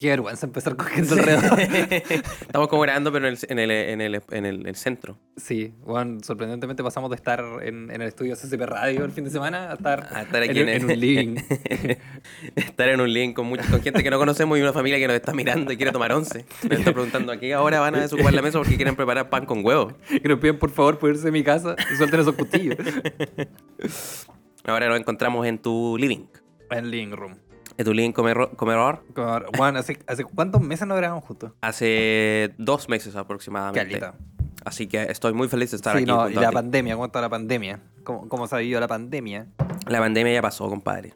Qué vergüenza empezar cogiendo alrededor. Estamos como grabando, pero en el, en el, en el, en el- el centro. Sí, bueno, sorprendentemente pasamos de estar en, en el estudio CCP Radio el fin de semana a estar, A Ah, estar aquí en, en, en un living. estar en un link con, mucha- con gente que no conocemos y una familia que nos está mirando y quiere tomar once. Nos está preguntando a qué hora van a desocupar la mesa porque quieren preparar pan con huevo. Que nos piden por favor por irse de mi casa y suelten esos cutillos. Ahora nos encontramos en tu living. en Living Room. En tu living comero- comedor Con- Juan, ¿hace, hace cuántos meses no grabamos juntos? hace dos meses aproximadamente. Caleta. Así que estoy muy feliz de estar Sí, aquí. no, y junto a la ti. pandemia, ¿cómo está la pandemia? ¿Cómo, cómo se ha vivido la pandemia? La pandemia ya pasó, compadre.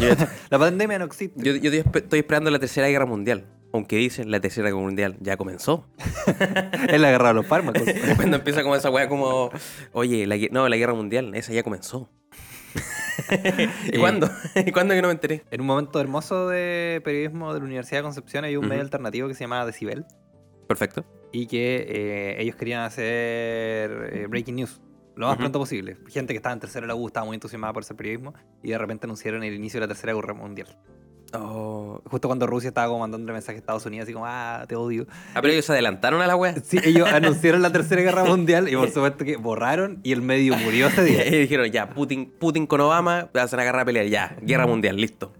Yo, ya- La pandemia no existe. yo- yo espe- estoy esperando la tercera guerra mundial. Aunque dicen la tercera guerra mundial ya comenzó. Es la guerra de los fármacos. Cuando empieza como esa weá como, oye, la, gue- no, la guerra mundial, esa ya comenzó. ¿Y Eh. cuándo? ¿Y cuándo que no me enteré? En un momento hermoso de periodismo de la Universidad de Concepción había un Ujú. medio alternativo que se llamaba Decibel Perfecto. y que eh, ellos querían hacer eh, breaking news lo más Ujú. pronto posible. Gente que estaba en tercero de la U estaba muy entusiasmada por hacer periodismo y de repente anunciaron el inicio de la tercera guerra mundial. Oh. Justo cuando Rusia estaba como mandando mensajes a Estados Unidos así como, ah, te odio. Ah, pero ellos se adelantaron a la weá. Sí, ellos anunciaron la tercera guerra mundial y por supuesto que borraron y el medio murió ese Y día. ahí dijeron, ya, Putin, Putin con Obama, hacen agarrar a pelear, ya, guerra mundial, listo.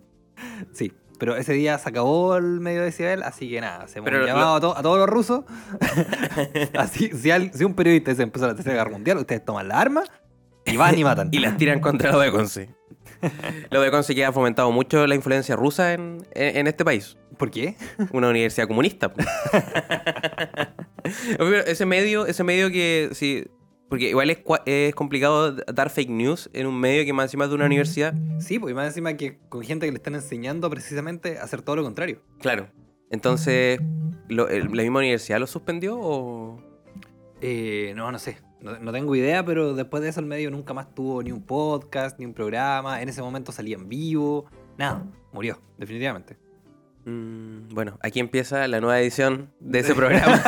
Sí, pero ese día se acabó el medio de decibel, así que nada, se Pero un llamado a, to- a todos los rusos. así, si, al- si un periodista dice empezó la tercera guerra mundial, ustedes toman la arma y van y matan. Y las tiran contra los de Conce. Los de Conce que ha fomentado mucho la influencia rusa en, en- en este país. ¿Por qué? Una universidad comunista. po. Pero ese medio, ese medio que sí. Porque igual es, cua- es complicado dar fake news en un medio que más encima es de una universidad. Sí, porque más encima que con gente que le están enseñando precisamente a hacer todo lo contrario. Claro. Entonces, lo- el- ¿la misma universidad lo suspendió o...? Eh, no, no sé. No, no tengo idea, pero después de eso el medio nunca más tuvo ni un podcast, ni un programa. En ese momento salía en vivo. Nada, murió, definitivamente. Mm, bueno, aquí empieza la nueva edición de ese programa.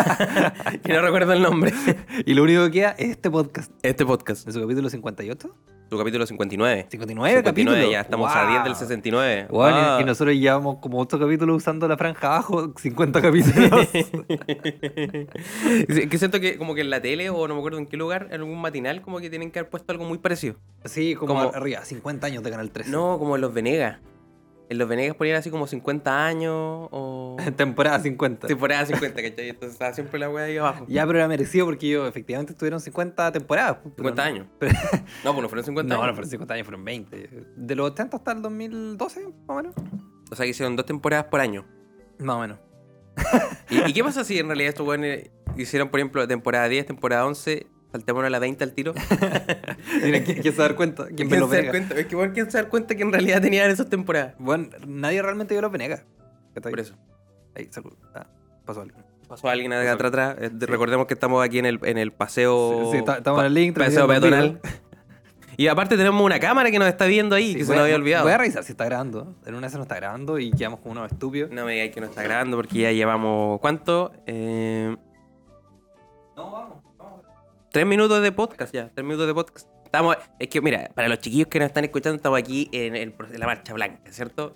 que no recuerdo el nombre. Y lo único que queda es este podcast, Este podcast, en su capítulo 58. su capítulo 59. 59 capítulos. ya estamos a Wow. 10 del 69. Bueno, y- Ah. y, nosotros llevamos como 8 capítulos usando la franja abajo, 50 capítulos. Sí, que siento que como que en la tele o no me acuerdo en qué lugar, en algún matinal, como que tienen que haber puesto algo muy parecido. sí, como, Como- arriba, 50 años de Canal 13. No, como en los Venegas. En los Venegas ponían así como 50 años o... Temporada 50. temporada 50, ¿cachai? Entonces estaba siempre la wea ahí abajo. Ya, pero era merecido porque ellos efectivamente estuvieron 50 temporadas. pues, pero 50 años. No, pues no fueron 50 No, no años. fueron 50 años, fueron 20. De los 80 hasta el 2012, más o menos. O sea que hicieron dos temporadas por año. Más o menos. ¿Y, y qué pasa si en realidad estos weones hicieron, por ejemplo, temporada 10, temporada 11, saltémonos a la 20 al tiro? Mira, ¿quién, quién se va a dar cuenta? ¿Quién ve ¿Quién los se da Venegas? cuenta? Es que weón, ¿quién se da cuenta que en realidad tenían esas temporadas? Bueno, nadie realmente vio los Venegas. ¿Cachai? Por eso. Ahí, salud. Ah, pasó algo. Pasó alguien acá atrás, atrás. Eh, de- Recordemos que estamos aquí en el, en el paseo. Sí, sí, ta- estamos en el link, Paseo transmitiendo en vivo. peatonal. Y aparte tenemos una cámara que nos está viendo ahí, Sí, que se voy nos a- había olvidado. Voy a revisar si está grabando. En una de esas no está grabando y quedamos como unos estúpidos. No me digáis que no está grabando porque ya llevamos. ¿Cuánto? Eh, No, vamos. tres minutos de podcast ya. Tres minutos de podcast. Estamos, es que mira, para los chiquillos que nos están escuchando, estamos aquí en, el- en la marcha blanca, ¿cierto?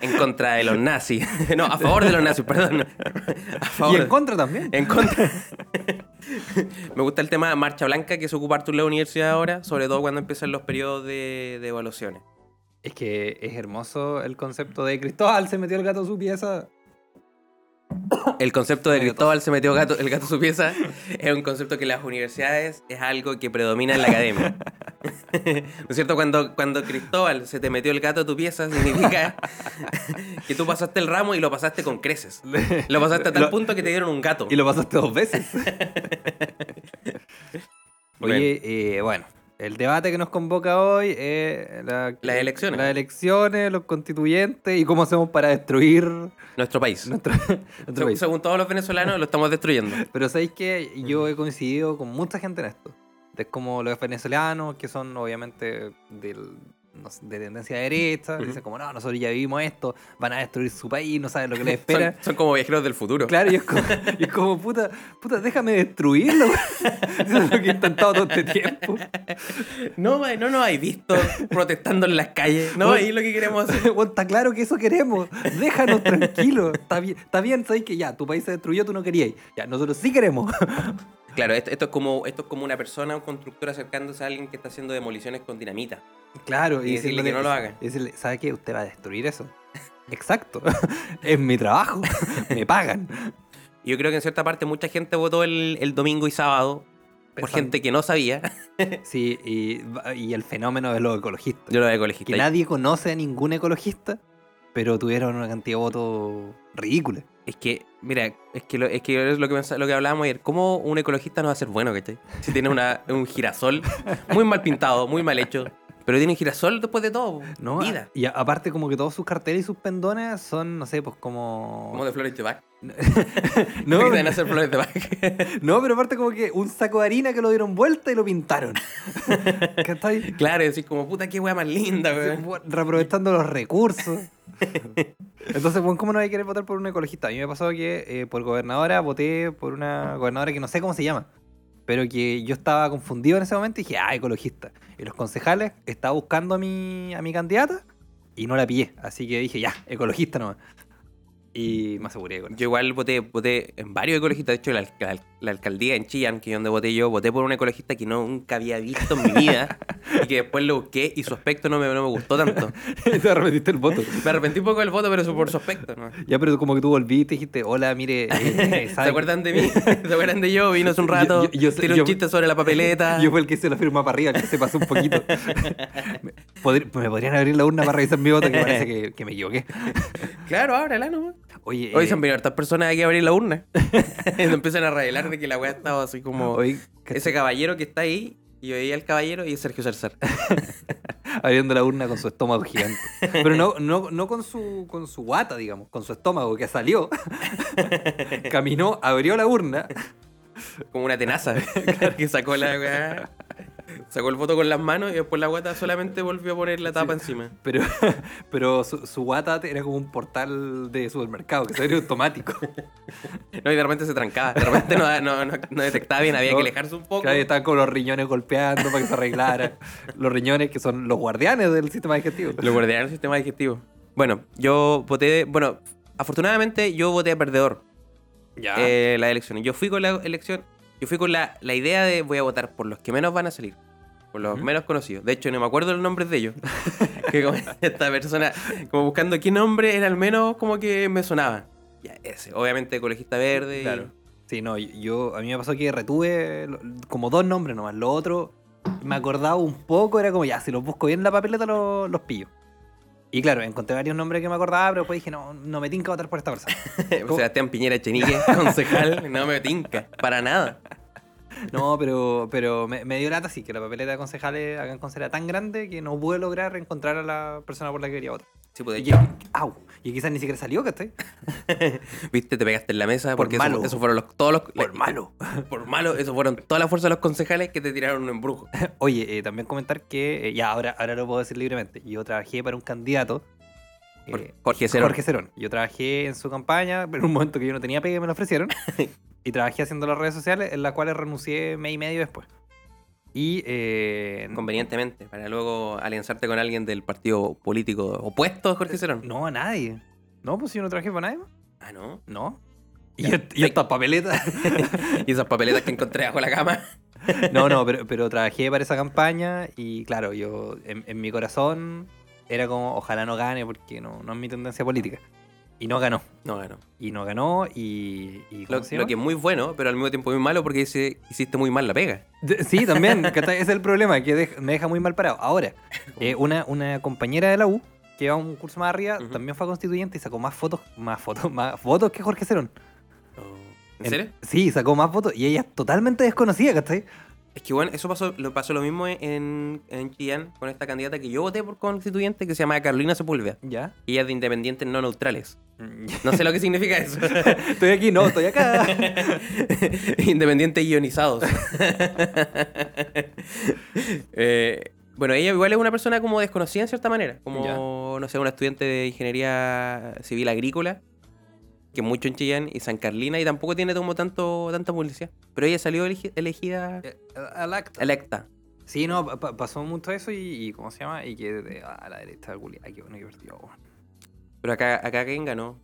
En contra de los nazis. No, a favor de los nazis, perdón. A favor. Y en contra también. En contra. Me gusta el tema de marcha blanca que es ocupar tu la universidad ahora, sobre todo cuando empiezan los periodos de, de evaluaciones. Es que es hermoso el concepto de Cristóbal se metió el gato a su pieza. El concepto de Medio Cristóbal se metió gato, el gato a su pieza es un concepto que en las universidades es algo que predomina en la academia. ¿No es cierto? Cuando, cuando Cristóbal se te metió el gato a tu pieza, significa que tú pasaste el ramo y lo pasaste con creces. Lo pasaste a tal Lo- punto que te dieron un gato. Y lo pasaste dos veces. Bueno. Oye, eh, bueno, el debate que nos convoca hoy es la- Las elecciones. Las elecciones, los constituyentes y cómo hacemos para destruir Nuestro país. nuestro, nuestro Según- país. según todos los venezolanos, lo estamos destruyendo. Pero sabéis que yo he coincidido con mucha gente en esto. Es como los venezolanos, que son obviamente del, no sé, de tendencia derecha, dicen como, no, nosotros ya vivimos esto, van a destruir su país, no saben lo que les espera. Son, son como viajeros del futuro. Claro, y es como, y es como, puta, puta, déjame destruirlo. Eso es lo que he intentado todo este tiempo. No, eh, no nos hay visto protestando en las calles. No, ahí lo que queremos hacer. Bueno, está claro que eso queremos. Déjanos tranquilos. Está bien, está bien, sabéis que ya, tu país se destruyó, tú no querías. Ya, nosotros sí queremos. Claro, esto, esto es como, esto es como una persona, un constructor acercándose a alguien que está haciendo demoliciones con dinamita. Claro, Y decirle que no lo haga. y decirle, ¿sabe qué? Usted va a destruir eso. Exacto. Es mi trabajo. Me pagan. Y yo creo que en cierta parte mucha gente votó el, el domingo y sábado por Pensando- gente que no sabía. Sí, y, y el fenómeno de los ecologistas. Yo lo de ecologista. Que nadie conoce a ningún ecologista, pero tuvieron una cantidad de votos ridícula. Es que, mira, es que lo, es, que es lo, que pensa- lo que hablábamos ayer. ¿Cómo un ecologista no va a ser bueno, cachai? Si tiene una, un girasol muy mal pintado, muy mal hecho. Pero tiene girasol después de todo. No, Ah, vida. Y a- aparte como que todos sus carteles y sus pendones son, no sé, pues como... Como de flores de Bach. No, No. van a hacer flores de Bach. no, pero aparte como que un saco de harina que lo dieron vuelta y lo pintaron. ¿Cachai? claro, decir como, puta, qué wea más linda, weón. Bueno, Reaprovechando los recursos. Entonces, bueno, ¿cómo no hay que querer votar por un ecologista? A mí me pasó que eh, por gobernadora voté por una gobernadora que no sé cómo se llama, pero que yo estaba confundido en ese momento y dije, ah, ecologista. Y los concejales estaba buscando a mi, a mi candidata y no la pillé. Así que dije, ya, ecologista nomás. Y me aseguré con eso. Yo igual voté, voté en varios ecologistas. De hecho, la, alca- la alcaldía en Chillán, que es donde voté yo, voté por un ecologista que no- nunca había visto en mi vida. y que después lo busqué y su aspecto no me, no me gustó tanto. Te arrepentiste el voto. Me arrepentí un poco del voto, pero su- por su aspecto. ¿no? Ya, pero como que tú volviste y dijiste, hola, mire, eh, ¿Se ¿sabe- acuerdan de mí? ¿Se acuerdan de yo? Vino hace un rato, Yo- yo- yo- tiré yo- un chiste sobre la papeleta. Yo fui el que hice la firma para arriba, el que se pasó un poquito. me, podri- me podrían abrir la urna para revisar mi voto, que parece que, que me equivoqué. Claro, ábrela nomás. Oye, Hoy eh, se han venido hartas personas aquí a abrir la urna. Y nos empiezan a revelar de que la weá estaba así como... hoy, ¿cachai? Ese caballero que está ahí, y yo veía al caballero y es Sergio Salzar. abriendo la urna con su estómago gigante. Pero no, no, no con, su, con su guata, digamos, con su estómago, que salió, caminó, abrió la urna. Como una tenaza. que sacó la weá. Sacó el voto con las manos y después la guata solamente volvió a poner la tapa encima. Pero, pero su, su guata era como un portal de supermercado que se abrió automático. No, y de repente se trancaba. De repente no, no- no- no detectaba bien, había No, que alejarse un poco. Claro, y estaban con los riñones golpeando para que se arreglara. los riñones que son los guardianes del sistema digestivo. Lo guardé en el sistema digestivo. Bueno, yo voté. Bueno, afortunadamente yo voté a perdedor Ya. eh, la elección. Yo fui con la elección. Yo fui con la, la idea de voy a votar por los que menos van a salir. Por los Ujú. menos conocidos. De hecho, no me acuerdo los nombres de ellos. que como esta persona, como buscando qué nombre era al menos como que me sonaba. Ya, ese. Obviamente, ecologista verde. eh, y- Claro. Sí, no, yo a mí me pasó que retuve lo- como dos nombres nomás. Lo otro me acordaba un poco, era como ya, si los busco bien en la papeleta lo- los pillo. Y claro, encontré varios nombres que me acordaba, pero después dije, no, no me tinca votar por esta persona. ¿Cómo? Sebastián Piñera Chenique, concejal. No me tinca. Para nada. No, pero, pero me, me dio lata sí, que la papeleta de concejales acá en Conce era tan grande que no pude lograr encontrar a la persona por la que quería votar. Sí, pues, de Y, hecho, au, y quizás ni siquiera salió, ¿cachai? Viste, te pegaste en la mesa Por porque eso- malo. Eso, fueron los, todos los. Por malo. Por malo, eso fueron toda la fuerza de los concejales que te tiraron un embrujo. Oye, eh, también comentar que, eh, ya, ahora, ahora lo puedo decir libremente. Yo trabajé para un candidato. eh, Por- Jorge Cero. Jorge Cerón. Yo trabajé en su campaña, pero en un momento que yo no tenía pegue me lo ofrecieron. y trabajé haciendo las redes sociales, en las cuales renuncié mes y medio después. Y eh, Convenientemente, para luego alianzarte con alguien del partido político opuesto a Jorge Cerón. no a nadie. No, pues yo no trabajé para nadie. más. Ah, ¿no? No. Y, est- y estas papeletas. Y esas papeletas que encontré bajo la cama. no, no, pero, pero trabajé para esa campaña y claro, yo en, en mi corazón era como, ojalá no gane porque no, no es mi tendencia política. Y no ganó. No, bueno. Y no ganó y... y ¿cómo Lo, se lo llama? que es muy bueno, pero al mismo tiempo muy malo porque dice, hiciste muy mal la pega. De- Sí, también. ¿cachai? Ese es el problema, que dej- me deja muy mal parado. Ahora, eh, una, una compañera de la U, que va un curso más arriba, Ujú. también fue constituyente y sacó más fotos, más fotos, más fotos que Jorge Cerón. ¿En serio? Sí, sacó más fotos y ella es totalmente desconocida, ¿cachai? Es que bueno, eso pasó lo, pasó lo mismo en, en Chillán con esta candidata que yo voté por constituyente que se llama Carolina Sepúlveda. Ya. Y ella es de independientes no neutrales. No sé lo que significa eso. Mm, Estoy aquí, no, estoy acá. Independientes ionizados. Eh, Bueno, ella igual es una persona como desconocida en cierta manera. Como, no sé, una estudiante de ingeniería civil agrícola. Que mucho en Chillán y San Carlina. Y tampoco tiene como tanto, tanta publicidad. Pero ella salió elegi- elegida Eh, Al acto. electa. Sí, no, pa- pa- pasó mucho eso y, y ¿cómo se llama? Y que eh, a la derecha, Julia. Ay, qué bueno, qué divertido. weón. Pero acá, acá ¿quién ganó?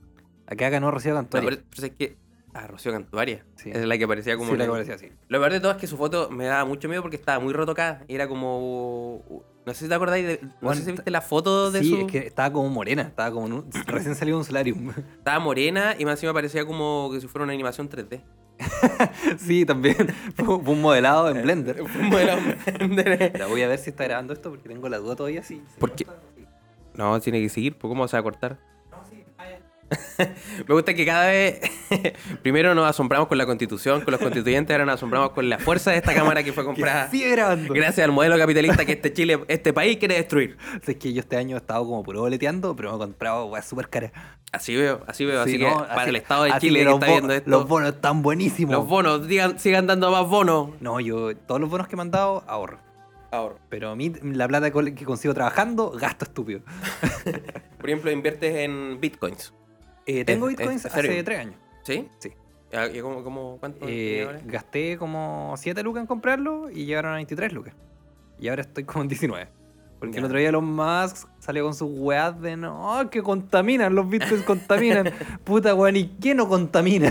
Acá ganó Rocío No, Cantoria. pero, pero es que. Ah, Rocío Cantuaria. Sí. Es la que parecía como. Sí, la una- que parecía así. Lo peor de todo es que su foto me daba mucho miedo porque estaba muy rotocada. Era como. uh, No sé si te acordáis de. No Bueno, sé si viste la foto de Sí, su. es que estaba como morena, estaba como en un- recién salió de un solarium. Estaba morena y más encima parecía como que si fuera una animación 3D. sí, también. Fue fue un modelado en Blender. Bueno, La voy a ver si está grabando esto porque tengo la duda todavía, sí. ¿Por qué? no, tiene que seguir, pues, ¿cómo se va a cortar? Me gusta que cada vez. Primero nos asombramos con la constitución, con los constituyentes, ahora nos asombramos con la fuerza de esta cámara que pues. fue comprada. Sigue grabando. Gracias al modelo capitalista que este Chile, este país quiere destruir. Es que yo este año he estado como puro boleteando, pero me he comprado weas súper caras. Así veo, así veo. Sí, así ¿no? que para Así- el Estado de así Chile que los está bo- viendo esto. Los bonos están buenísimos. Los bonos, digan, sigan dando más bonos. no, yo todos los bonos que me han dado ahorro. Ahorro. Pero a mí la plata col- que consigo trabajando, gasto estúpido. Por ejemplo, inviertes en bitcoins. Eh, tengo Es- es- bitcoins es serio. hace tres años. ¿Sí? Sí. Ah, ¿Y cómo, cómo, cuánto Eh, tiene ahora? gasté como 7 lucas en comprarlo y llegaron a 23 lucas. Y ahora estoy con 19. Porque el Ya. otro día Elon Musk salió con sus weas de no, que contaminan, los bitcoins contaminan. Puta weón, ¿y qué no contamina?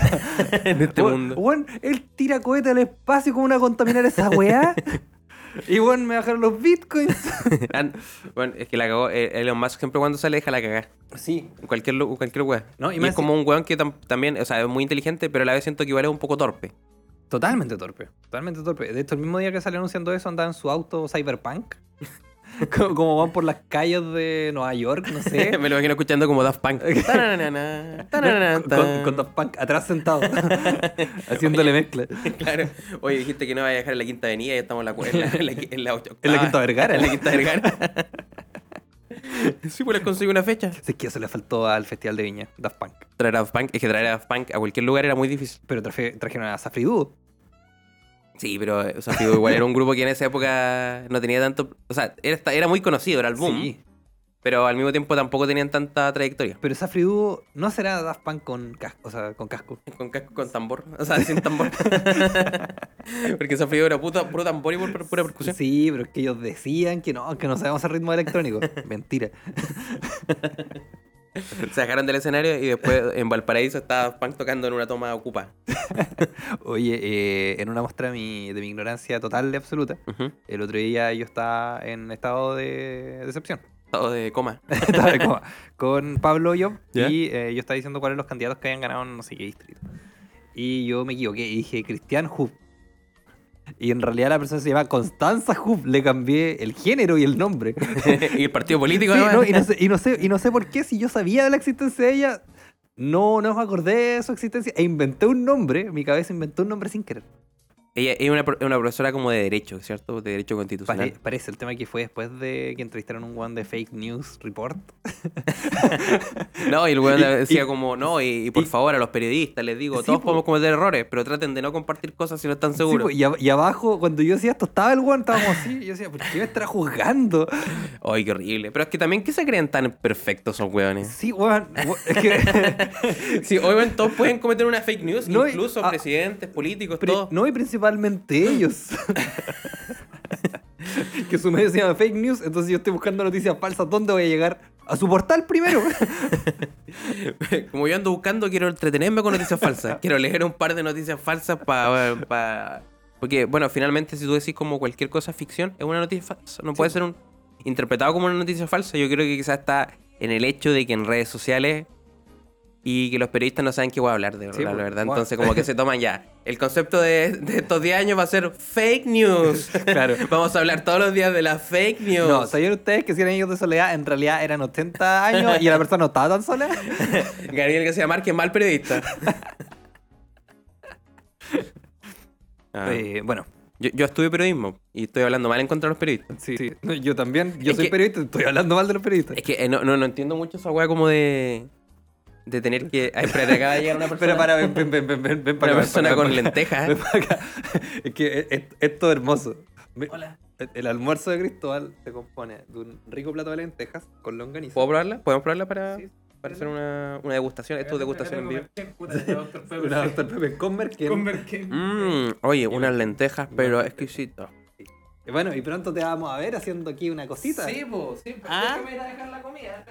en este Weón- mundo. Weón, él tira cohete al espacio como una contaminar esa weá. y weón, me bajaron los bitcoins. Ah, bueno, es que la cagó. eh, Elon Musk siempre cuando sale deja la cagar. Sí. En cualquier, lu- cualquier weá. No, y y más es como un weón que tam- también, o sea, es muy inteligente, pero a la vez siento que igual es un poco torpe. Totalmente torpe. Totalmente torpe. De hecho, el mismo día que salió anunciando eso, andaba en su auto cyberpunk. como, como van por las calles de Nueva York, no sé. Me lo imagino escuchando como Daft Punk. Tananana, tananana, con, con Daft Punk atrás sentado, haciéndole mezcla. Claro. Oye, dijiste que no iba a dejar en la quinta avenida y estamos en la, cu- en la, en la, qui- en la ocho- En la octava. Quinta Vergara. En ah, la quinta vergara. sí, pues les consigo una fecha. Si es que eso le faltó al Festival de Viña, Daft Punk. Traer a Daft Punk, es que traer a Daft Punk a cualquier lugar era muy difícil. Pero traje- trajeron a Safri Duo. Sí, pero o sea, digo, igual era un grupo que en esa época no tenía tanto. O sea, era, esta- era muy conocido, era el boom. Sí. Pero al mismo tiempo tampoco tenían tanta trayectoria. Pero Safri Duo no será Daft Punk con casco. O sea, con casco. Con casco, con tambor. O sea, sin tambor. Porque esa frío era puta- puro tambor y pura, pura percusión. Sí, pero es que ellos decían que no, que no sabemos el ritmo electrónico. Mentira. Se dejaron del escenario y después en Valparaíso estaba Daft Punk tocando en una toma ocupa. Oye, eh, en una muestra de mi, de mi ignorancia total y absoluta, Ujú. el otro día yo estaba en estado de decepción. Estado de coma. Estaba de coma. con Pablo Job ¿Ya? y eh, yo estaba diciendo cuáles eran los candidatos que habían ganado en no sé qué distrito. Y yo me equivoqué y dije Cristian Hub. Y en realidad la persona se llama Constanza Hub. Le cambié el género y el nombre. y el partido político, Sí, además. no, y, no sé, y, no sé, y no sé por qué, si yo sabía de la existencia de ella, no, no me acordé de su existencia e inventé un nombre. Mi cabeza inventó un nombre sin querer. Ella es una, pro- una profesora como de derecho, ¿cierto? De derecho constitucional. Pare- parece el tema que fue después de que entrevistaron un one de Fake News Report. No, y el weón Y- decía y- como, no, y, y por y- favor, a los periodistas les digo, Sí, todos po. podemos cometer errores, pero traten de no compartir cosas si no están Sí, seguros. pues, y, ab- y abajo, cuando yo decía esto, estaba el one, estaba como así. y yo decía, ¿por qué me estará juzgando? Ay, qué horrible. Pero es que también, ¿qué se creen tan perfectos esos weones? Sí, weón. we- Es que. Sí, obviamente todos pueden cometer una fake news, No, y- incluso ah, presidentes, políticos, pri- todos. no, y principalmente ellos. que su medio se llama fake news, entonces yo estoy buscando noticias falsas. ¿Dónde voy a llegar? A su portal primero. Como yo ando buscando, quiero entretenerme con noticias falsas. Quiero leer un par de noticias falsas para... Porque, bueno, finalmente si tú decís como cualquier cosa ficción, es una noticia falsa. No puede ser un... interpretado como una noticia falsa. Yo creo que quizás está en el hecho de que en redes sociales y que los periodistas no saben qué voy a hablar de Sí, la pues, verdad. bueno. Entonces como que se toman ya. El concepto de, de estos 10 años va a ser fake news. Claro. Vamos a hablar todos los días de la fake news. No, ¿sabían ustedes que 100 años de soledad en realidad eran 80 años y la persona no estaba tan sola? Gabriel García Márquez, mal periodista. Ah. Eh, bueno, Yo, yo estudio periodismo y estoy hablando mal en contra de los periodistas. sí, sí. No, Yo también, yo Es soy que- periodista, estoy hablando mal de los periodistas. Es que eh, no, no, no entiendo mucho esa weá como de. de tener que. Ay, espérate, acaba de llegar una persona. Pero para, ven, ven, ven, ven, ven, ven para una acá, ven persona para acá, e-, con ven para acá. lentejas. Ven para acá. Es que es, es todo hermoso. Me- Hola. El- El almuerzo de Cristóbal se compone de un rico plato de lentejas con longaniza. ¿Puedo probarla? ¿Podemos probarla para, Sí, para hacer una, una degustación? Esto es degustación en vivo. Una Dr. Pepper con merquén. Mm, oye, unas lentejas, pero Una- exquisitas. Y eh, Bueno, y pronto te vamos a ver haciendo aquí una cosita. Sí, pues, sí, pues Ah. déjame ir a dejar la comida.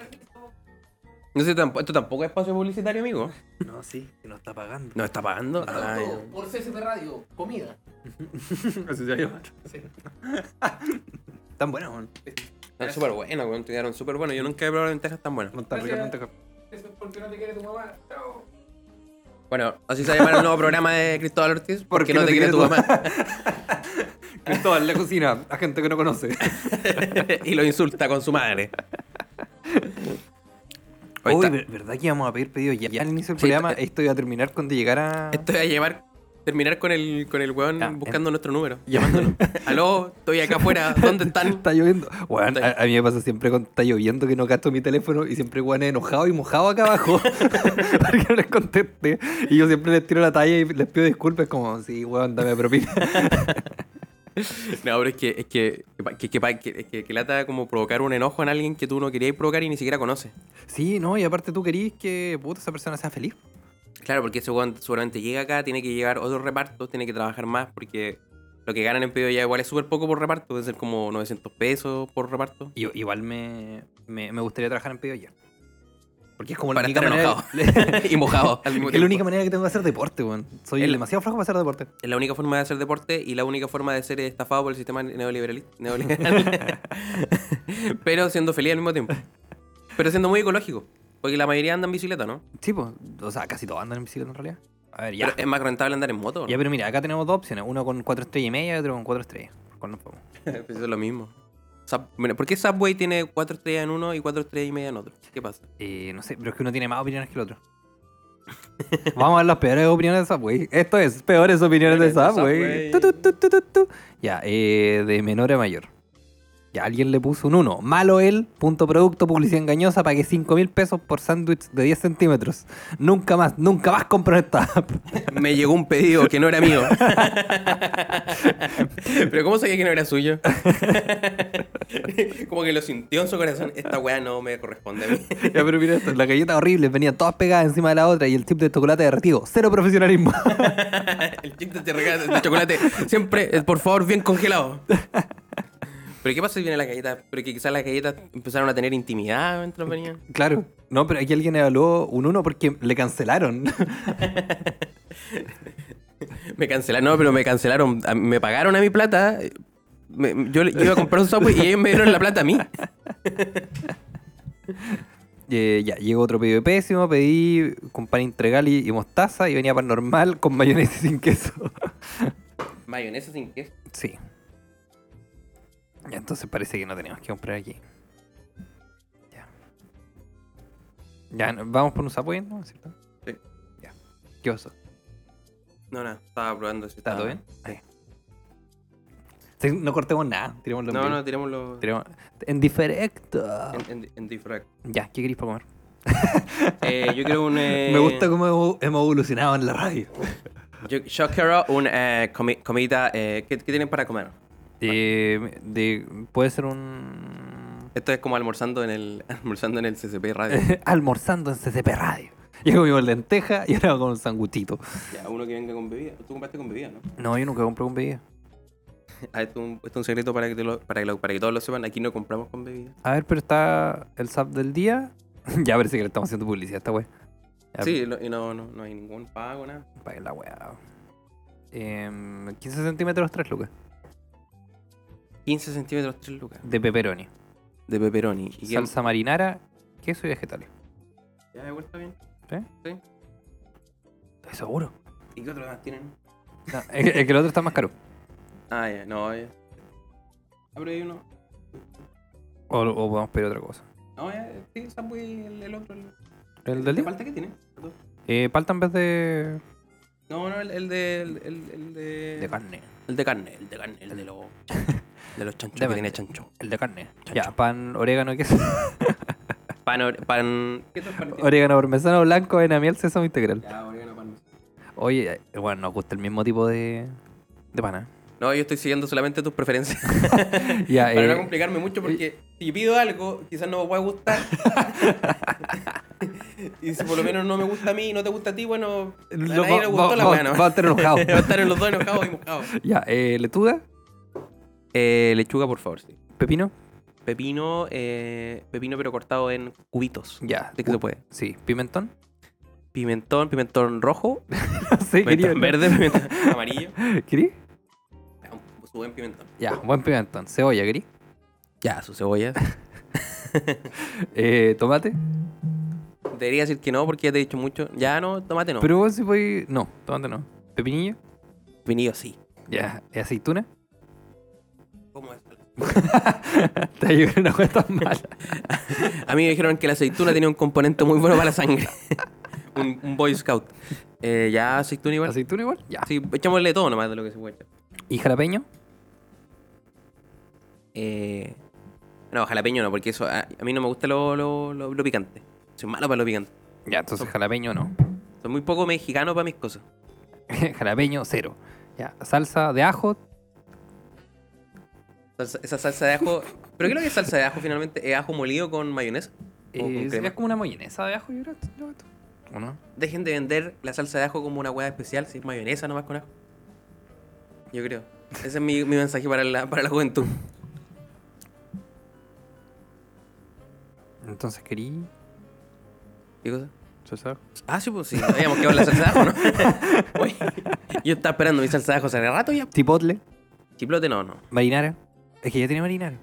No sé, tampo- esto tampoco es espacio publicitario, amigo. No, sí, que nos está pagando. ¿No está pagando? Ah, Ay. Todo por CSP Radio, comida. Así se llama. Sí. Tan buenas, weón. Están súper buenas, weón. te Quedaron súper buenas. Yo nunca he probado lentejas tan buenas. No tan Gracias. ricas, no tan- Eso es porque no te quiere tu mamá. Chao. Bueno, así se va a llamar el nuevo programa de Cristóbal Ortiz. Porque no te quiere tu mamá. Cristóbal, la cocina, a gente que no conoce. y lo insulta con su madre. Ahí Uy, está. ver- ¿verdad que íbamos a pedir pedidos ya, ya al inicio del Sí, programa? eh. Esto iba a terminar cuando llegara. Esto va a llevar. Terminar con el, con el weón Ah, buscando nuestro número. Llamándolo. Aló, estoy acá afuera. ¿Dónde están? Está lloviendo. Weón, Está- a, a mí me pasa siempre cuando está lloviendo que no gasto mi teléfono y siempre weón es enojado y mojado acá abajo para que no les conteste. Y yo siempre les tiro la talla y les pido disculpas como, sí, weón, dame propina. No, pero es que, es que, que, que, que, que, que- que lata como provocar un enojo en alguien que tú no querías provocar y ni siquiera conoces. sí, no, y aparte tú querís que puta, esa persona sea feliz. Claro, porque ese weón seguramente llega acá, tiene que llegar otro reparto, tiene que trabajar más porque lo que ganan en pedido ya igual es súper poco por reparto, debe ser como 900 pesos por reparto. Y- igual me, me, me gustaría trabajar en pedido ya. Porque es como la Para única estar manera. es y mojado. al mismo que es la tiempo. única manera que tengo de hacer deporte, weón. Soy El- demasiado flojo para hacer deporte. Es la única forma de hacer deporte y la única forma de ser estafado por el sistema neoliberal. neoliberal. Pero siendo feliz al mismo tiempo. Pero siendo muy ecológico. Porque la mayoría anda en bicicleta, ¿no? Sí, pues. O sea, casi todos andan en bicicleta en realidad. A ver, ya. Pero es más rentable andar en moto. ¿no? Ya, pero mira, acá tenemos dos opciones. Uno con cuatro estrellas y media y otro con cuatro estrellas. ¿Cuál nos vamos? Pues es lo mismo. Sub- Mira, ¿Por qué Subway tiene cuatro estrellas en uno y cuatro estrellas y media en otro? ¿Qué pasa? Eh, no sé, pero es que uno tiene más opiniones que el otro. Vamos a ver las peores opiniones de Subway. Esto es, peores opiniones de Peores de Subway. Subway. Tu, tu, tu, tu, tu, tu. Ya, eh, de menor a mayor. Ya alguien le puso un 1. Malo él, punto producto, publicidad engañosa, pagué 5 mil pesos por sándwich de 10 centímetros. Nunca más, nunca más compro esta app. Me llegó un pedido que no era mío. Pero ¿cómo sabía que no era suyo? Como que lo sintió en su corazón. Esta weá no me corresponde a mí. Ya, pero mira esto, las galletas horribles venían todas pegadas encima de la otra y el chip de chocolate derretido. Cero profesionalismo. El chip de, chocolate- de chocolate siempre, eh, por favor, bien congelado. Pero ¿qué pasa si viene la galleta? Pero que quizás las galletas empezaron a tener intimidad mientras venían. Claro. No, pero aquí alguien evaluó un 1 porque le cancelaron. Me cancelaron, no, pero me cancelaron, a- me pagaron a mi plata. Me- yo, yo iba a comprar un Subway y ellos me dieron la plata a mí. Eh, ya, llegó otro pedido de pésimo, pedí con pan integral y, y mostaza y venía pan normal con mayonesa y sin queso. Mayonesa sin queso. sí. Ya, entonces parece que no tenemos que comprar aquí. Ya. Ya, ¿no- vamos por un Subway, ¿no? ¿Cierto? Sí. Ya. ¿Qué oso? No, no, estaba probando Ah, si ¿Está estaba- todo bien? Ahí. Sí, No cortemos nada, tirémoslo en No, vivo. no, tirémoslo Tiremos- En diferecto. en, en, en difrac. Ya, ¿qué queréis para comer? Eh, yo quiero un... eh, Me gusta cómo hemos- hemos evolucionado en la radio. Yo, yo quiero un eh, comi- comidita... eh, ¿qué, ¿Qué tienen para comer? Eh, de, puede ser un. Esto es como almorzando en el almorzando en el CCP radio. almorzando en CCP Radio. Yo comí con lenteja y ahora con un sanguchito. ya, uno que venga con bebida. Tú compraste con bebida, ¿no? No, yo nunca compré un pedido. Ah, esto, es un- esto es un secreto para que, te lo- para, que lo- para que todos lo sepan. Aquí no compramos con bebida. A ver, pero está el SAP del día. ya parece que le estamos haciendo publicidad a esta wea. Ya, Sí, lo- y no, no, no hay ningún pago, nada. Pague la wea. Em, 15 centímetros, 3 lucas. 15 centímetros, 3 lucas. De pepperoni. De pepperoni. ¿Y qué- Salsa marinara, queso y vegetales. ¿Ya de vuelta bien? ¿Estoy seguro? ¿Y qué otros más tienen? No, es, que, es que el otro está más caro. Ah, ya, no, ya. Ah, pero hay uno. O, o podemos pedir otra cosa. No, ya, sí, Subway, el, el otro. El, ¿El del ¿Te día? falta qué tiene? Eh, palta en vez de, No, no, el, el de. El, el- el de. de carne. El de carne, el de carne, el de los. de los chanchos. Deme. que tiene chancho. El de carne. Ya, Chancho. pan, orégano y queso. Pan. or- pan... ¿Qué otros panes tiene? Orégano parmesano blanco, avena miel, sésamo integral. Ya, orégano, pan. Oye, eh, bueno, nos gusta el mismo tipo de, de pana. No, yo estoy siguiendo solamente tus preferencias. Ya, Para no eh, complicarme mucho, porque si pido algo, quizás no me pueda gustar. y si por lo menos no me gusta a mí y no te gusta a ti, bueno, a lo- nadie va- le gustó va- la va- weá, ¿no? va a estar enojado. Va a estar en los dos enojados y mojados. ya, eh, letuga, Eh, lechuga, por favor, sí. pepino. Pepino, eh, pepino pero cortado en cubitos. Ya. De que se puede. Sí, pimentón. Pimentón, pimentón rojo, sí, quería. pimentón verde, pimentón amarillo. ¿Querí? Ya, un- Su buen pimentón. Ya, buen pimentón. Cebolla, ¿querí? Ya, su cebolla. Eh, tomate. Debería decir que no, porque ya te he dicho mucho. Ya no, tomate no. Pero vos si podéis. No, tomate no. Pepinillo. Vinillo sí. Ya, eh, aceituna. ¿Cómo es? Te ayuda una cosa tan mala. A mí me dijeron que la aceituna tenía un componente muy bueno para la sangre. un, un Boy Scout. Eh, ya, aceituna igual. ¿Aceituna igual? Ya. Sí, echámosle todo nomás de lo que se puede echar. ¿Y jalapeño? Eh, no, jalapeño no, porque eso a, a mí no me gusta lo, lo, lo- lo picante. Soy malo para lo picante. Ya, entonces jalapeño no. Soy muy poco mexicano para mis cosas. jalapeño, cero. Ya, salsa de ajo. Salsa- esa salsa de ajo. ¿Pero qué es lo que es salsa de ajo finalmente? ¿Es ajo molido con mayonesa? ¿O con Eh, crema? sería como una mayonesa de ajo, yo creo. ¿no? ¿O no? Dejen de vender la salsa de ajo como una hueá especial, si es mayonesa nomás con ajo. Yo creo. Ese es mi, mi mensaje para la, para la juventud. Entonces querí ¿Qué cosa? salsa de ajo. Ah, sí, pues sí, habíamos quedado en la salsa de ajo, ¿no? Oye, yo estaba esperando mi salsa de ajo hace rato ya. Chipotle, Chiplote, no, no. marinara. Es que ya tiene marinara.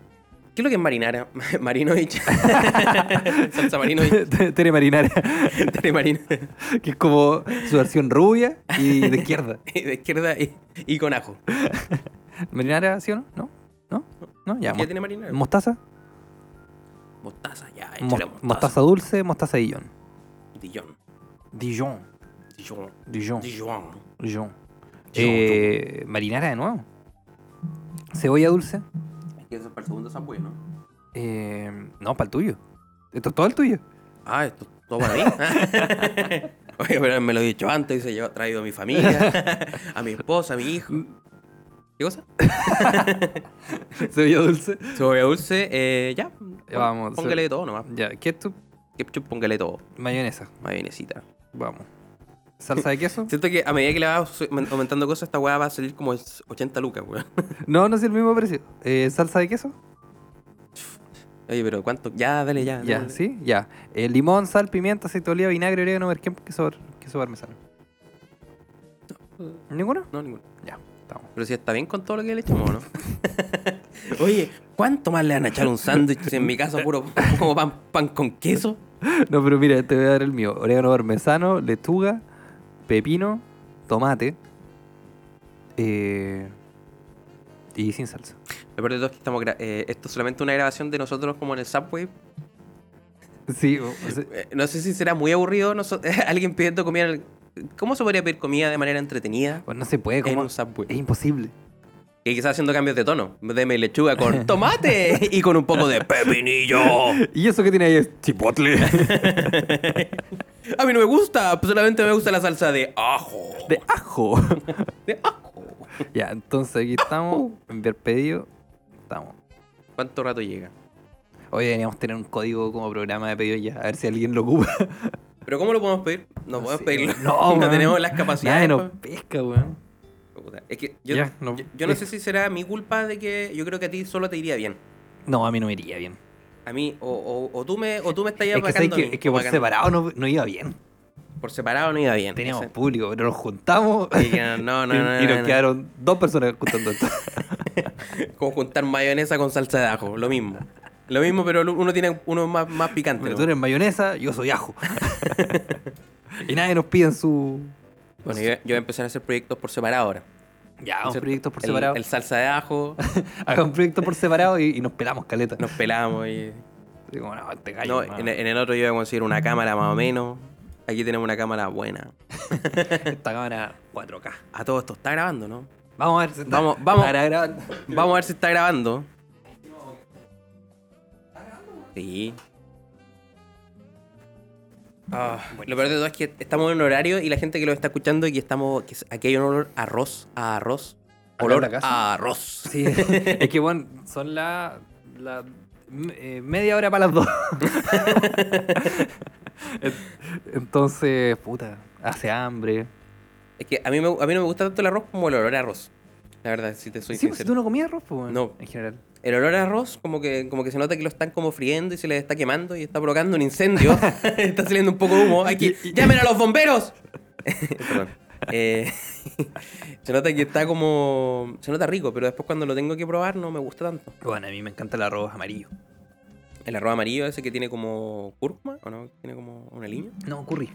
¿Qué es lo que es marinara? Marinovich. salsa marinovich. tiene marinara, Tare marino. que es como su versión rubia y de izquierda. De izquierda y, y con ajo. ¿Marinara, sí o no? ¿No? ¿No? ¿No? Ya. ¿Qué mo- tiene marinara? Mostaza, mostaza, ya, mo- échale mostaza. dulce, mostaza Dijon. Dijon. Dijon. Dijon. Dijon. Dijon. Dijon. Dijon. Eh, marinara de nuevo. Cebolla dulce. Es que eso es para el segundo sambuey, ¿no? Eh, no, para el tuyo. Esto es todo el tuyo. Ah, esto es todo para mí. Oye, pero me lo he dicho antes, dice, yo he traído a mi familia, a mi esposa, a mi hijo. ¿Qué cosa? Cebolla dulce. Cebolla dulce, eh, ya. Ya vamos, Póngale de todo nomás. Ya, ¿qué es tu Ketchup, póngale todo. mayonesa? Mayonesita. Vamos. ¿Salsa de queso? Siento que a medida que le vas aumentando cosas, esta weá va a salir como 80 lucas, weón. No, no es el mismo precio. Eh, ¿Salsa de queso? Oye, pero ¿cuánto? Ya, dale, ya. Ya, dale. sí, ya. Eh, limón, sal, pimienta, aceite de oliva, vinagre, orégano, merquén, queso, queso parmesano. ¿Ninguno? No, ninguno. Ya, estamos. Pero si está bien con todo lo que le echamos, ¿no? Oye, ¿cuánto más le van a echar un sándwich si en mi casa puro como pan, pan con queso? No, pero mira, te voy a dar el mío. Orégano parmesano, lechuga, pepino, tomate. eh, y sin salsa. Lo peor de todo es que estamos gra- eh, esto es solamente una grabación de nosotros como en el Subway. Sí, o- o sea, Eh, no sé si será muy aburrido noso- alguien pidiendo comida. en el- ¿Cómo se podría pedir comida de manera entretenida bueno, Pues no se puede en como. un Es Subway? imposible. Y quizás haciendo cambios de tono. Deme lechuga con tomate y con un poco de pepinillo. ¿Y eso que tiene ahí es chipotle? A mí no me gusta, solamente me gusta la salsa de ajo. De ajo. De ajo. ya, entonces aquí estamos. Enviar pedido. Estamos. ¿Cuánto rato llega? Hoy deberíamos tener un código como programa de pedido ya. A ver si alguien lo ocupa. ¿Pero cómo lo podemos pedir? No, podemos sé, pedirlo. weón. No, No, weón. tenemos las Nadie capacidades. nos pesca, weón. pa- Puta, Es que yo, Ya, no- yo- yo no sé si será mi culpa de que yo creo que a ti solo te iría bien. No, a mí no me iría bien. A mí, o, o, o tú me, o tú me estás Es que, sabes apacando a que, mí, es que por apacando. separado no, no iba bien. Por separado no iba bien. Teníamos Ese- público, pero nos juntamos Así que no, no, no, y, no, y no, nos no. quedaron dos personas contando esto. Como juntar mayonesa con salsa de ajo, lo mismo. Lo mismo, pero uno tiene uno más, más picante. Pero ¿no? tú eres mayonesa, yo soy ajo. y nadie nos piden su. Bueno, yo, yo voy a empezar a hacer proyectos por separado ahora. Ya, hagamos ¿Cierto? proyectos Ah, por El- separado. El, salsa de ajo, Hagamos proyectos por separado y, y nos pelamos caleta. nos pelamos y. Digo, no, este gallo, No, hermano. en, el- en el otro yo voy a conseguir una cámara más o menos. Aquí tenemos una cámara buena. Esta cámara 4K. A todo esto está grabando, ¿no? Vamos a ver si está- Vamos, vamos. estará grabando. Vamos a ver si está grabando. Sí. Ah, lo peor de todo es que estamos en un horario y la gente que lo está escuchando y que estamos. Que es- aquí hay un olor a arroz, a arroz. Olor la casa. a arroz. Sí, es que bueno, son la, la m- eh, media hora para las dos. En- Entonces, puta, hace hambre. Es que a mí, me, a mí no me gusta tanto el arroz como el olor a arroz. La verdad, si te soy sí, pues, si sincero. tú no comías arroz, pues, weón, No. en general. El olor a arroz, como que, como que se nota que lo están como friendo y se les está quemando y está provocando un incendio. está saliendo un poco de humo. Hay que- ¡Llamen a los bomberos! Perdón. Eh, se nota que está como. Se nota rico, pero después cuando lo tengo que probar no me gusta tanto. Bueno, a mí me encanta el arroz amarillo. El arroz amarillo ese que tiene como cúrcuma, ¿o no? Tiene como una línea. No, curry.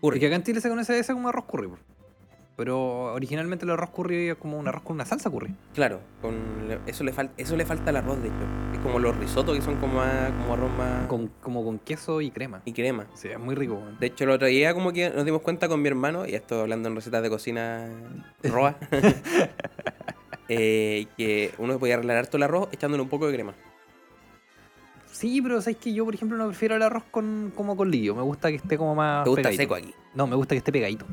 Curry. Es que acá en Chile se conoce ese como arroz curry. po. Pero originalmente el arroz curry es como un arroz con una salsa curry. Claro, con le- eso, le falta eso le falta al arroz, de hecho. Es como los risotos que son como, más- como arroz más. Con, como con queso y crema. y crema. Sí, es muy rico, weón. De hecho, el otro día como que nos dimos cuenta con mi hermano, y esto hablando en recetas de cocina roa, eh, que uno podía arreglar todo el arroz echándole un poco de crema. Sí, pero sabes que yo, por ejemplo, no prefiero el arroz con, como con lío. Me gusta que esté como más. Te gusta pegadito. seco aquí. No, me gusta que esté pegadito.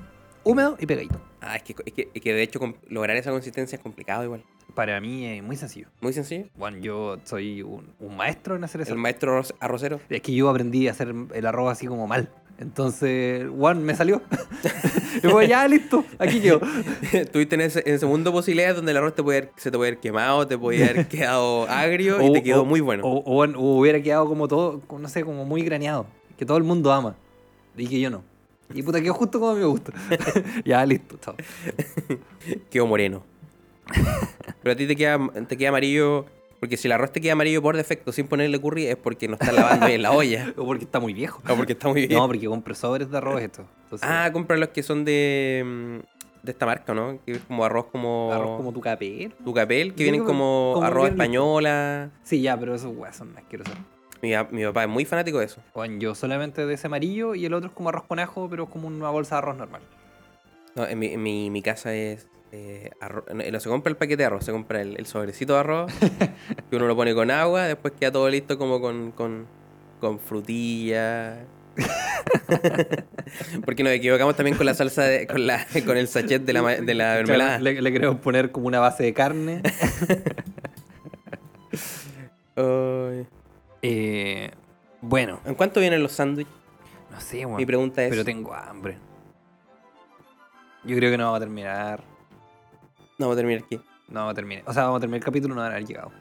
Húmedo y pegadito. Ah, es que, es que, es que de hecho com- lograr esa consistencia es complicado igual. Para mí es muy sencillo. Muy sencillo. Bueno, yo soy un, un maestro en hacer eso. El maestro arroz- arrocero. Es que yo aprendí a hacer el arroz así como mal. Entonces, Juan, me salió. y pues ya, listo, aquí quedó. Tuviste en, ese, en segundo posibilidad donde el arroz te puede haber- se te puede haber quemado, te puede haber quedado agrio y O- te quedó o- muy oh, bueno. O, o bueno, hubiera quedado como todo, no sé, como muy graneado. Que todo el mundo ama. Y que yo no. Y puta, quedó justo como me gusta. ya, listo, chao. quedó moreno. Pero a ti te queda, te queda amarillo. Porque si el arroz te queda amarillo por defecto sin ponerle curry es porque no está lavando bien la olla. O porque está muy viejo. O porque está muy bien. No, pues, porque compro sobres de arroz esto. Entonces, ah, compra los que son de, mm, de esta marca, ¿no? Que es como arroz como. arroz como tu capel. Tucapel, que Yo vienen creo que como, como arroz bien listo. española. Sí, ya, pero esos weas son asquerosos. Mi, pa- mi papá es muy fanático de eso. Juan, yo solamente de ese amarillo y el otro es como arroz con ajo, pero es como una bolsa de arroz normal. No, en mi, en mi, mi casa es. eh, arroz- no, no se compra el paquete de arroz, se compra el, el sobrecito de arroz. que uno lo pone con agua, después queda todo listo como con, con, con frutilla. Porque nos equivocamos también con la salsa, de- con, la, con el sachet de la, ma- de la mermelada. Claro, le, le queremos poner como una base de carne. Ay. Eh, bueno, ¿En cuánto vienen los sándwiches? no sé, Mi weón. pregunta es. Pero tengo hambre. Yo creo que no vamos a terminar. No, voy a terminar aquí. No vamos a terminar. O sea, vamos a terminar el capítulo, no van a haber llegado.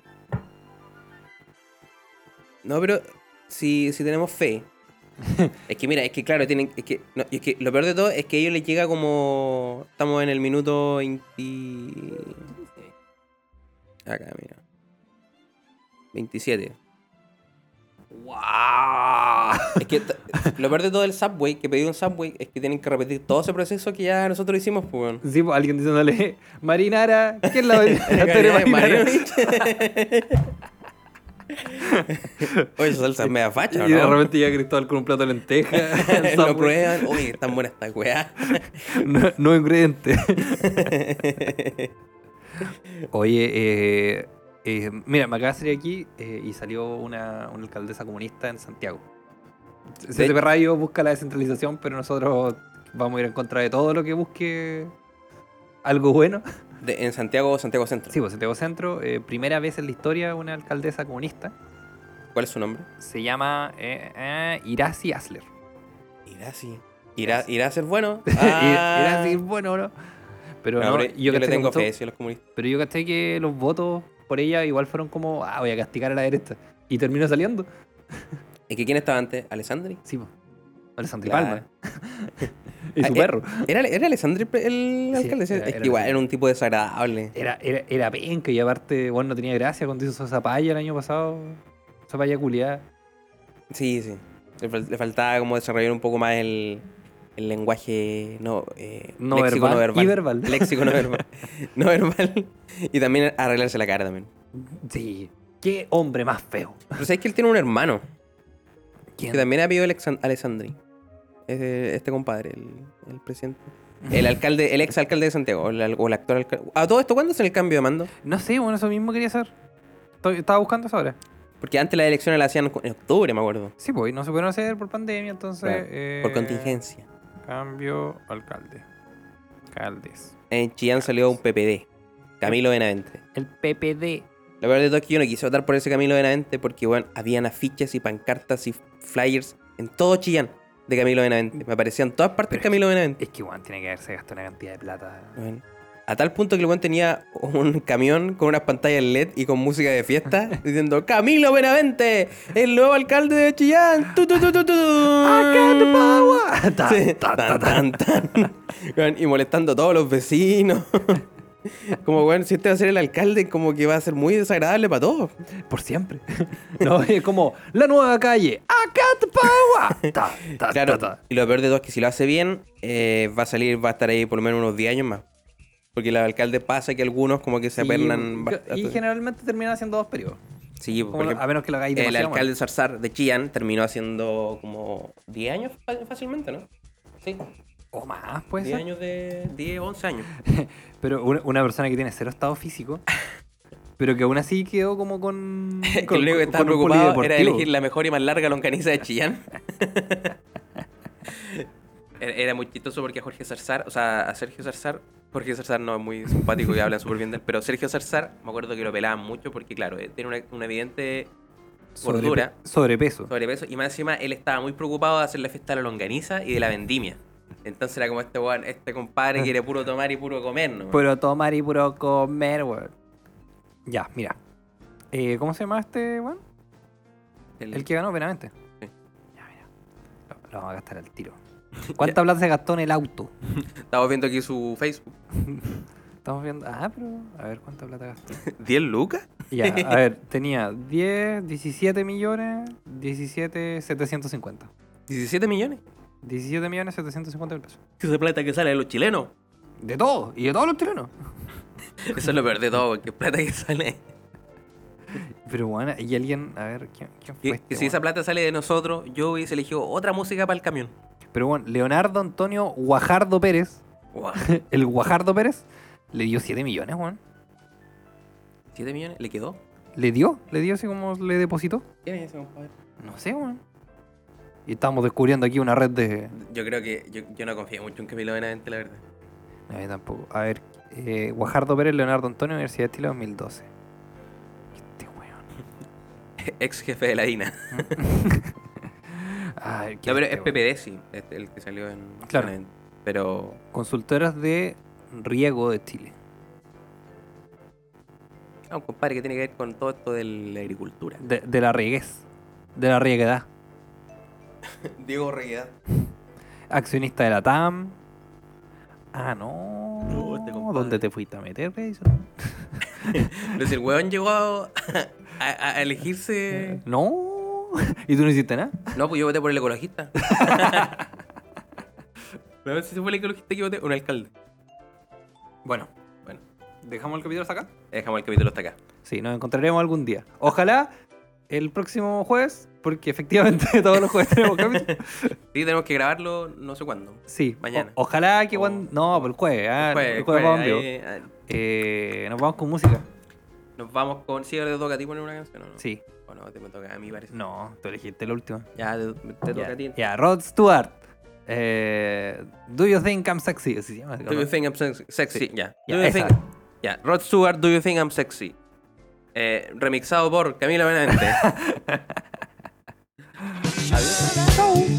No, pero si, si tenemos fe. es que mira, es que claro, tienen. Es que, no, y es que lo peor de todo es que a ellos les llega como. Estamos en el minuto 20. Acá, mira. 27. ¡Wow! Es que t- lo peor de todo del Subway, que pedí un Subway, es que tienen que repetir todo ese proceso que ya nosotros hicimos, pues. weón. Sí, pues, alguien diciéndole, Marinara, ¿quién la la Tere Marinara. Marinara? Oye, esa salsa es media facha, ¿o Y de ¿no? repente llega Cristóbal con un plato de lentejas. Lo sándwich, prueban. Oye, están buenas estas weas. no, no ingrediente. Oye, eh, eh, mira, me acaba de salir aquí eh, y salió una, una alcaldesa comunista en Santiago. CTP Radio busca la descentralización, pero nosotros vamos a ir en contra de todo lo que busque algo bueno. De- en Santiago, Santiago Centro. Sí, pues Santiago Centro, eh, primera vez en la historia una alcaldesa comunista. ¿Cuál es su nombre? Se llama eh, eh, Iracy Asler. Irá sí. Irá, irá a ser bueno. Irá Ah. a decir, bueno, no. Pero No, no, pero yo, le caché que tengo mucho- fe, sí, a los comunistas. Pero yo caché que los votos por ella igual fueron como, ah, voy a castigar a la derecha. Y terminó saliendo. ¿Y que quién estaba antes? ¿Alessandri? Sí, po. Alessandri Claro. Palma. y Ah, su eh. perro. ¿Era, era Alessandri el, el Sí, era- alcalde? es era que igual Alessandri. era un tipo desagradable. Era, era, era penca y aparte, bueno, no tenía gracia cuando hizo esa palla el año pasado. Esa palla culiada. Sí, sí. Le, fal- le faltaba como desarrollar un poco más el, el lenguaje no, eh, No léxico verbal, no verbal. y verbal. Léxico no verbal. no verbal. Y también arreglarse la cara también. Sí. Qué hombre más feo. Pero sabes que él tiene un hermano ¿Quién? que también ha pedido Alessandri. Este, este compadre, el, el presidente. El alcalde, el ex alcalde de Santiago, o el, al- o el actual alcalde. ¿A todo esto cuándo es el cambio de mando? No sé, bueno, eso mismo quería saber. Estoy- Estaba buscando eso ahora. Porque antes las elecciones las hacían en octubre, me acuerdo. Sí, pues, y no se pudieron hacer por pandemia, entonces. Claro, eh, Por contingencia. Cambio alcalde. Alcaldes. En Chillán salió un PPD. Camilo Benavente. El PPD. La verdad de todo es que yo no quise votar por ese Camilo Benavente porque, bueno, habían afiches y pancartas y flyers en todo Chillán de Camilo Benavente. Me aparecían en todas partes Pero es Camilo Benavente. Es que Juan tiene que haberse gastado una cantidad de plata. Bueno, a tal punto que el weón tenía un camión con unas pantallas LED y con música de fiesta diciendo ¡Camilo Benavente! ¡El nuevo alcalde de Ah, Chillán! ¡Tu, tu, tu, tu, tu! Ta, Ah. Sí, ta, ta, tan, ta. tan, tan. Weón, Y molestando a todos los vecinos. Como, bueno, si este va a ser el alcalde, como que va a ser muy desagradable para todos. Por siempre. No, es como la nueva calle. Acatpagua. Ta, ta, Claro, ta, ta. y lo peor de todo es que si lo hace bien, eh, va a salir, va a estar ahí por lo menos unos 10 años más. Porque el alcalde pasa que algunos como que se apernan bastante. Y, y generalmente termina haciendo dos periodos. Sí, Como por lo- ejemplo, a menos que lo hagáis el demasiado mal. alcalde Zarzar de Chillán terminó haciendo como 10 años fa- fácilmente, ¿no? Sí, O más, pues. 10 años de 10, 11 años. Pero una, una persona que tiene cero estado físico, pero que aún así quedó como con. Que con- lo único que con- estaba con un preocupado era polideportivo. elegir la mejor y más larga longaniza de Chillán. Era- Era muy chistoso porque a Jorge Zarzar, o sea, a Sergio Zarzar, Jorge Zarzar no es muy simpático y hablan súper bien de él, pero Sergio Zarzar, me acuerdo que lo pelaban mucho porque, claro, eh, tiene una, una evidente Sobrepe- gordura. Sobrepeso. sobrepeso y más encima él estaba muy preocupado de hacer la fiesta de la longaniza y de la vendimia. Entonces era como este weón, este compadre quiere puro tomar y puro comer, ¿no? Puro tomar y puro comer, weón. Ya, mira. Eh, ¿Cómo se llama este, weón? El- El que ganó, veramente. Sí. Ya, mira. Lo, lo vamos a gastar al tiro. ¿Cuánta plata se gastó en el auto? Estamos viendo aquí su Facebook. Estamos viendo. Ah, pero. A ver cuánta plata gastó. ¿10 lucas? Ya, a ver, tenía 10, 17 millones, 17, 750. ¿17 millones? 17 millones 750 mil pesos. Esa plata que sale de los chilenos. De todo, y de todos los tiranos. Eso es lo peor de todo, porque plata que sale. Pero bueno, y alguien, a ver, ¿quién, quién fue? Que, este, que si esa weón? plata sale de nosotros, yo hubiese elegido otra música para el camión. Pero bueno, Leonardo Antonio Guajardo Pérez, Guau, el Guajardo Pérez, le dio 7 millones, weón. ¿7 millones? ¿Le quedó? ¿Le dio? ¿Le dio así como le depositó? ¿Quién es ese compadre? No sé, weón. Y estamos descubriendo aquí una red de... Yo creo que yo, yo no confío mucho en Camilo Benavente, la verdad. No, yo tampoco. A ver, eh, Guajardo Pérez, Leonardo Antonio, Universidad de Chile 2012. Este weón. Ex jefe de la DINA. A ver, ¿qué No, pero este, es weón? PPD, sí, este, el que salió en. Claro. en- pero. Consultoras de riego de Chile. Ah, un compadre que tiene que ver con todo esto de la agricultura. De, de la rieguez. De la rieguedad. Diego Reguedad. Accionista de la TAM. Ah, no. No, este compadre. ¿Dónde te fuiste a meter, Grayson? Entonces el weón llegó a, a- a elegirse. No. ¿Y tú no hiciste nada? No, pues yo voté por el ecologista. No sé si fue el ecologista que voté o un alcalde. Bueno. Bueno. ¿Dejamos el capítulo hasta acá? Dejamos el capítulo hasta acá. Sí, nos encontraremos algún día. Ojalá el próximo jueves, porque efectivamente todos los jueves tenemos capítulo. Sí, tenemos que grabarlo no sé cuándo. Sí. Mañana. o- ojalá que O- cuando... No, por el jueves. ah, el Jueves, jueves, vamos en jueves, vivo. ahí, ahí. Eh, nos vamos con música. nos vamos con. Sí, ahora te toca a ti poner una canción, ¿o no? Sí. O no, te me toca a mí, parece. No, tú elegiste la última. Ya, te, te toca Ya, a ti. ya, Rod Stewart. Eh, Do you think I'm sexy? Así se llama. Do you think I'm sexy? Sexy, Sí. ya. Ya, Do you esa. think- ya. Rod Stewart, Do you think I'm sexy? Eh, remixado por Camila Benavente. Chau.